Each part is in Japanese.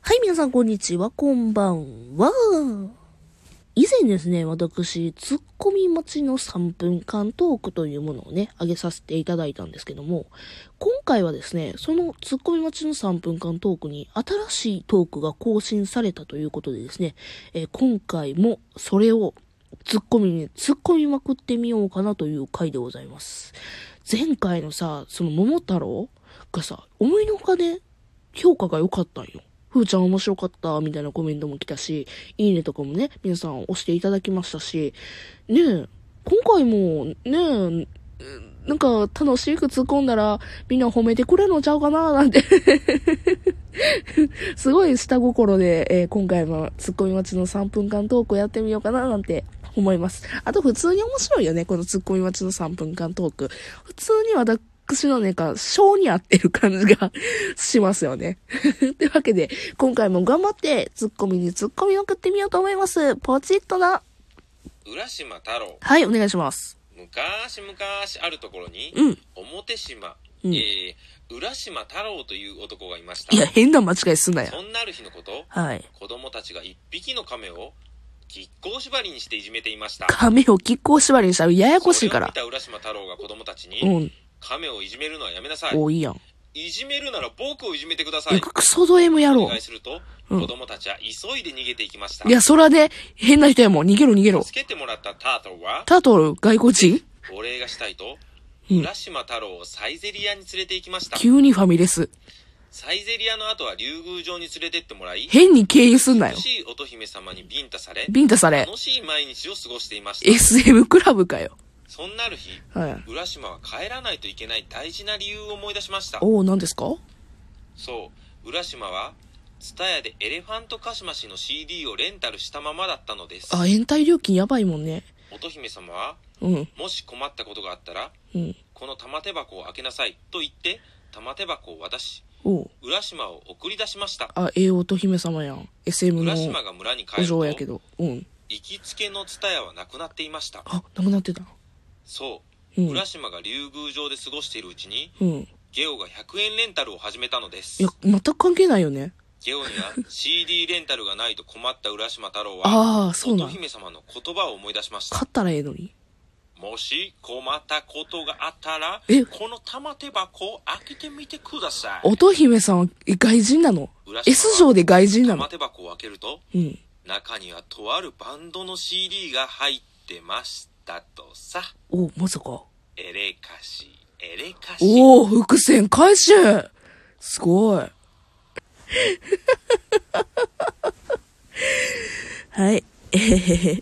はい、皆さん、こんにちは、こんばんは。以前ですね、私、ツッコミ待ちの3分間トークというものをね、上げさせていただいたんですけども、今回はですね、そのツッコミ待ちの3分間トークに新しいトークが更新されたということでですね、えー今回もそれをツッコミに突っ込みまくってみようかなという回でございます。前回のさ、その桃太郎がさ、思いのほかね、評価が良かったんよ。ふーちゃん面白かった、みたいなコメントも来たし、いいねとかもね、皆さん押していただきましたし、ねえ、今回も、ねえ、なんか楽しく突っ込んだら、みんな褒めてくれるのちゃうかな、なんて。すごい下心で、えー今回もツッコミ待ちの3分間トークをやってみようかななんて思います。あと普通に面白いよね、このツッコミ待ちの3分間トーク。普通に私のね、か、性に合ってる感じがしますよね。 というわけで、今回も頑張ってツッコミにツッコミを送ってみようと思います。ポチッとな。浦島太郎はい、お願いします。昔昔あるところに、うん表島、うんえー浦島太郎という男がいましたいや、変な間違いすんなよ。そんなある日のことはい。子供たちが一匹の亀を亀甲縛りにしていじめていました亀を亀甲縛りにしたらややこしいかそら。れを見た浦島太郎が子供たちに、うん。亀をいじめるのはやめなさいお、いいやん。いじめるなら僕をいじめてくださよいくクソド M やおろ願いすると、うん子供たちは急いで逃げていきましたう。いや、そらね、変な人やもん。逃げろ逃げろ。助けてもらったタートルはタートル、外国人お礼がしたいと、うん浦島太郎をサイゼリアに連れて行きました急にファミレス。サイゼリアの後は竜宮城に連れてってもらい、変に経由すんなよ美。しい乙姫様にビンタされ、ビンタされ。楽しい毎日を過ごしていました。 SM クラブかよ。そんなある日、はい。浦島は帰らないといけない大事な理由を思い出しました。おー、何ですかそう、浦島は、ツタヤでエレファントカシマシの CD をレンタルしたままだったのです。あ、延滞料金やばいもんね。乙姫様は、うん、もし困ったことがあったら、うん。この玉手箱を開けなさいと言って、玉手箱を渡し、おー。浦島を送り出しました。あ、ええ乙姫様やん。SM の浦島が村にお帰ると嬢、やけど。うん。行きつけのツタヤはなくなっていました。あ、なくなってた。そうう、ん浦。島が竜宮城で過ごしているうちに、うん。ゲオが100円レンタルを始めたのですいや。、全く関係ないよね。ゲオに は CD レンタルがないと困った浦島太郎は、ああ、そうな乙ん。姫様の言葉を思い出しました。勝ったらええのに。もし困ったことがあったらえ、この玉手箱を開けてみてください。乙姫さんはえ外人なの浦島 ?S 城で外人な玉の手箱を開けると、うん。中にはとあるバンドの CD が入ってましたとさ。お、まさか。エレカシ、エレカシ。おお、伏線回収すごい。 はい。 えへへへ。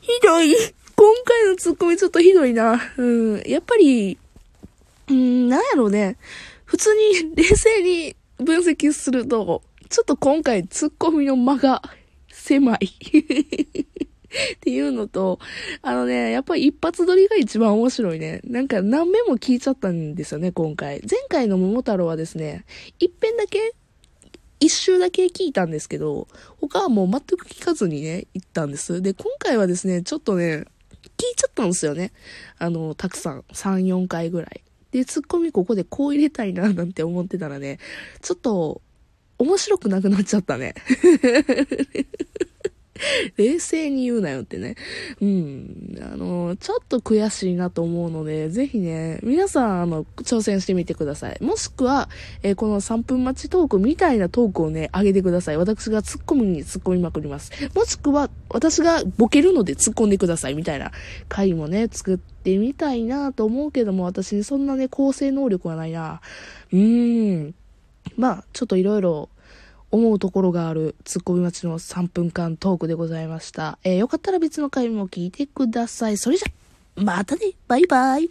ひどい。今回のツッコミちょっとひどいな。うん。やっぱり、うん、なんやろうね。普通に 冷静に分析すると、ちょっと今回ツッコミの間が狭い。っていうのと、あのね、やっぱり一発撮りが一番面白いね。なんか何目も聞いちゃったんですよね、今回。前回の桃太郎はですね、一遍だけ、一周だけ聞いたんですけど、他はもう全く聞かずにね、行ったんです。で、今回はですね、ちょっとね、聞いちゃったんですよね。あの、たくさん。3、4回ぐらい。で、ツッコミここでこう入れたいな、なんて思ってたらね、ちょっと、面白くなくなっちゃったね。 冷静に言うなよってね。うん。あの、ちょっと悔しいなと思うので、ぜひね、皆さん、あの、挑戦してみてください。もしくは、えーこの3分待ちトークみたいなトークをね、上げてください。私が突っ込みに突っ込みまくります。もしくは、私がボケるので突っ込んでください、みたいな回もね、作ってみたいなと思うけども、私にそんなね、構成能力はないな。うーん。まあ、ちょっといろいろ、思うところがあるツッコミ待ちの3分間トークでございました。えーよかったら別の回も聞いてください。それじゃ、またねバイバイ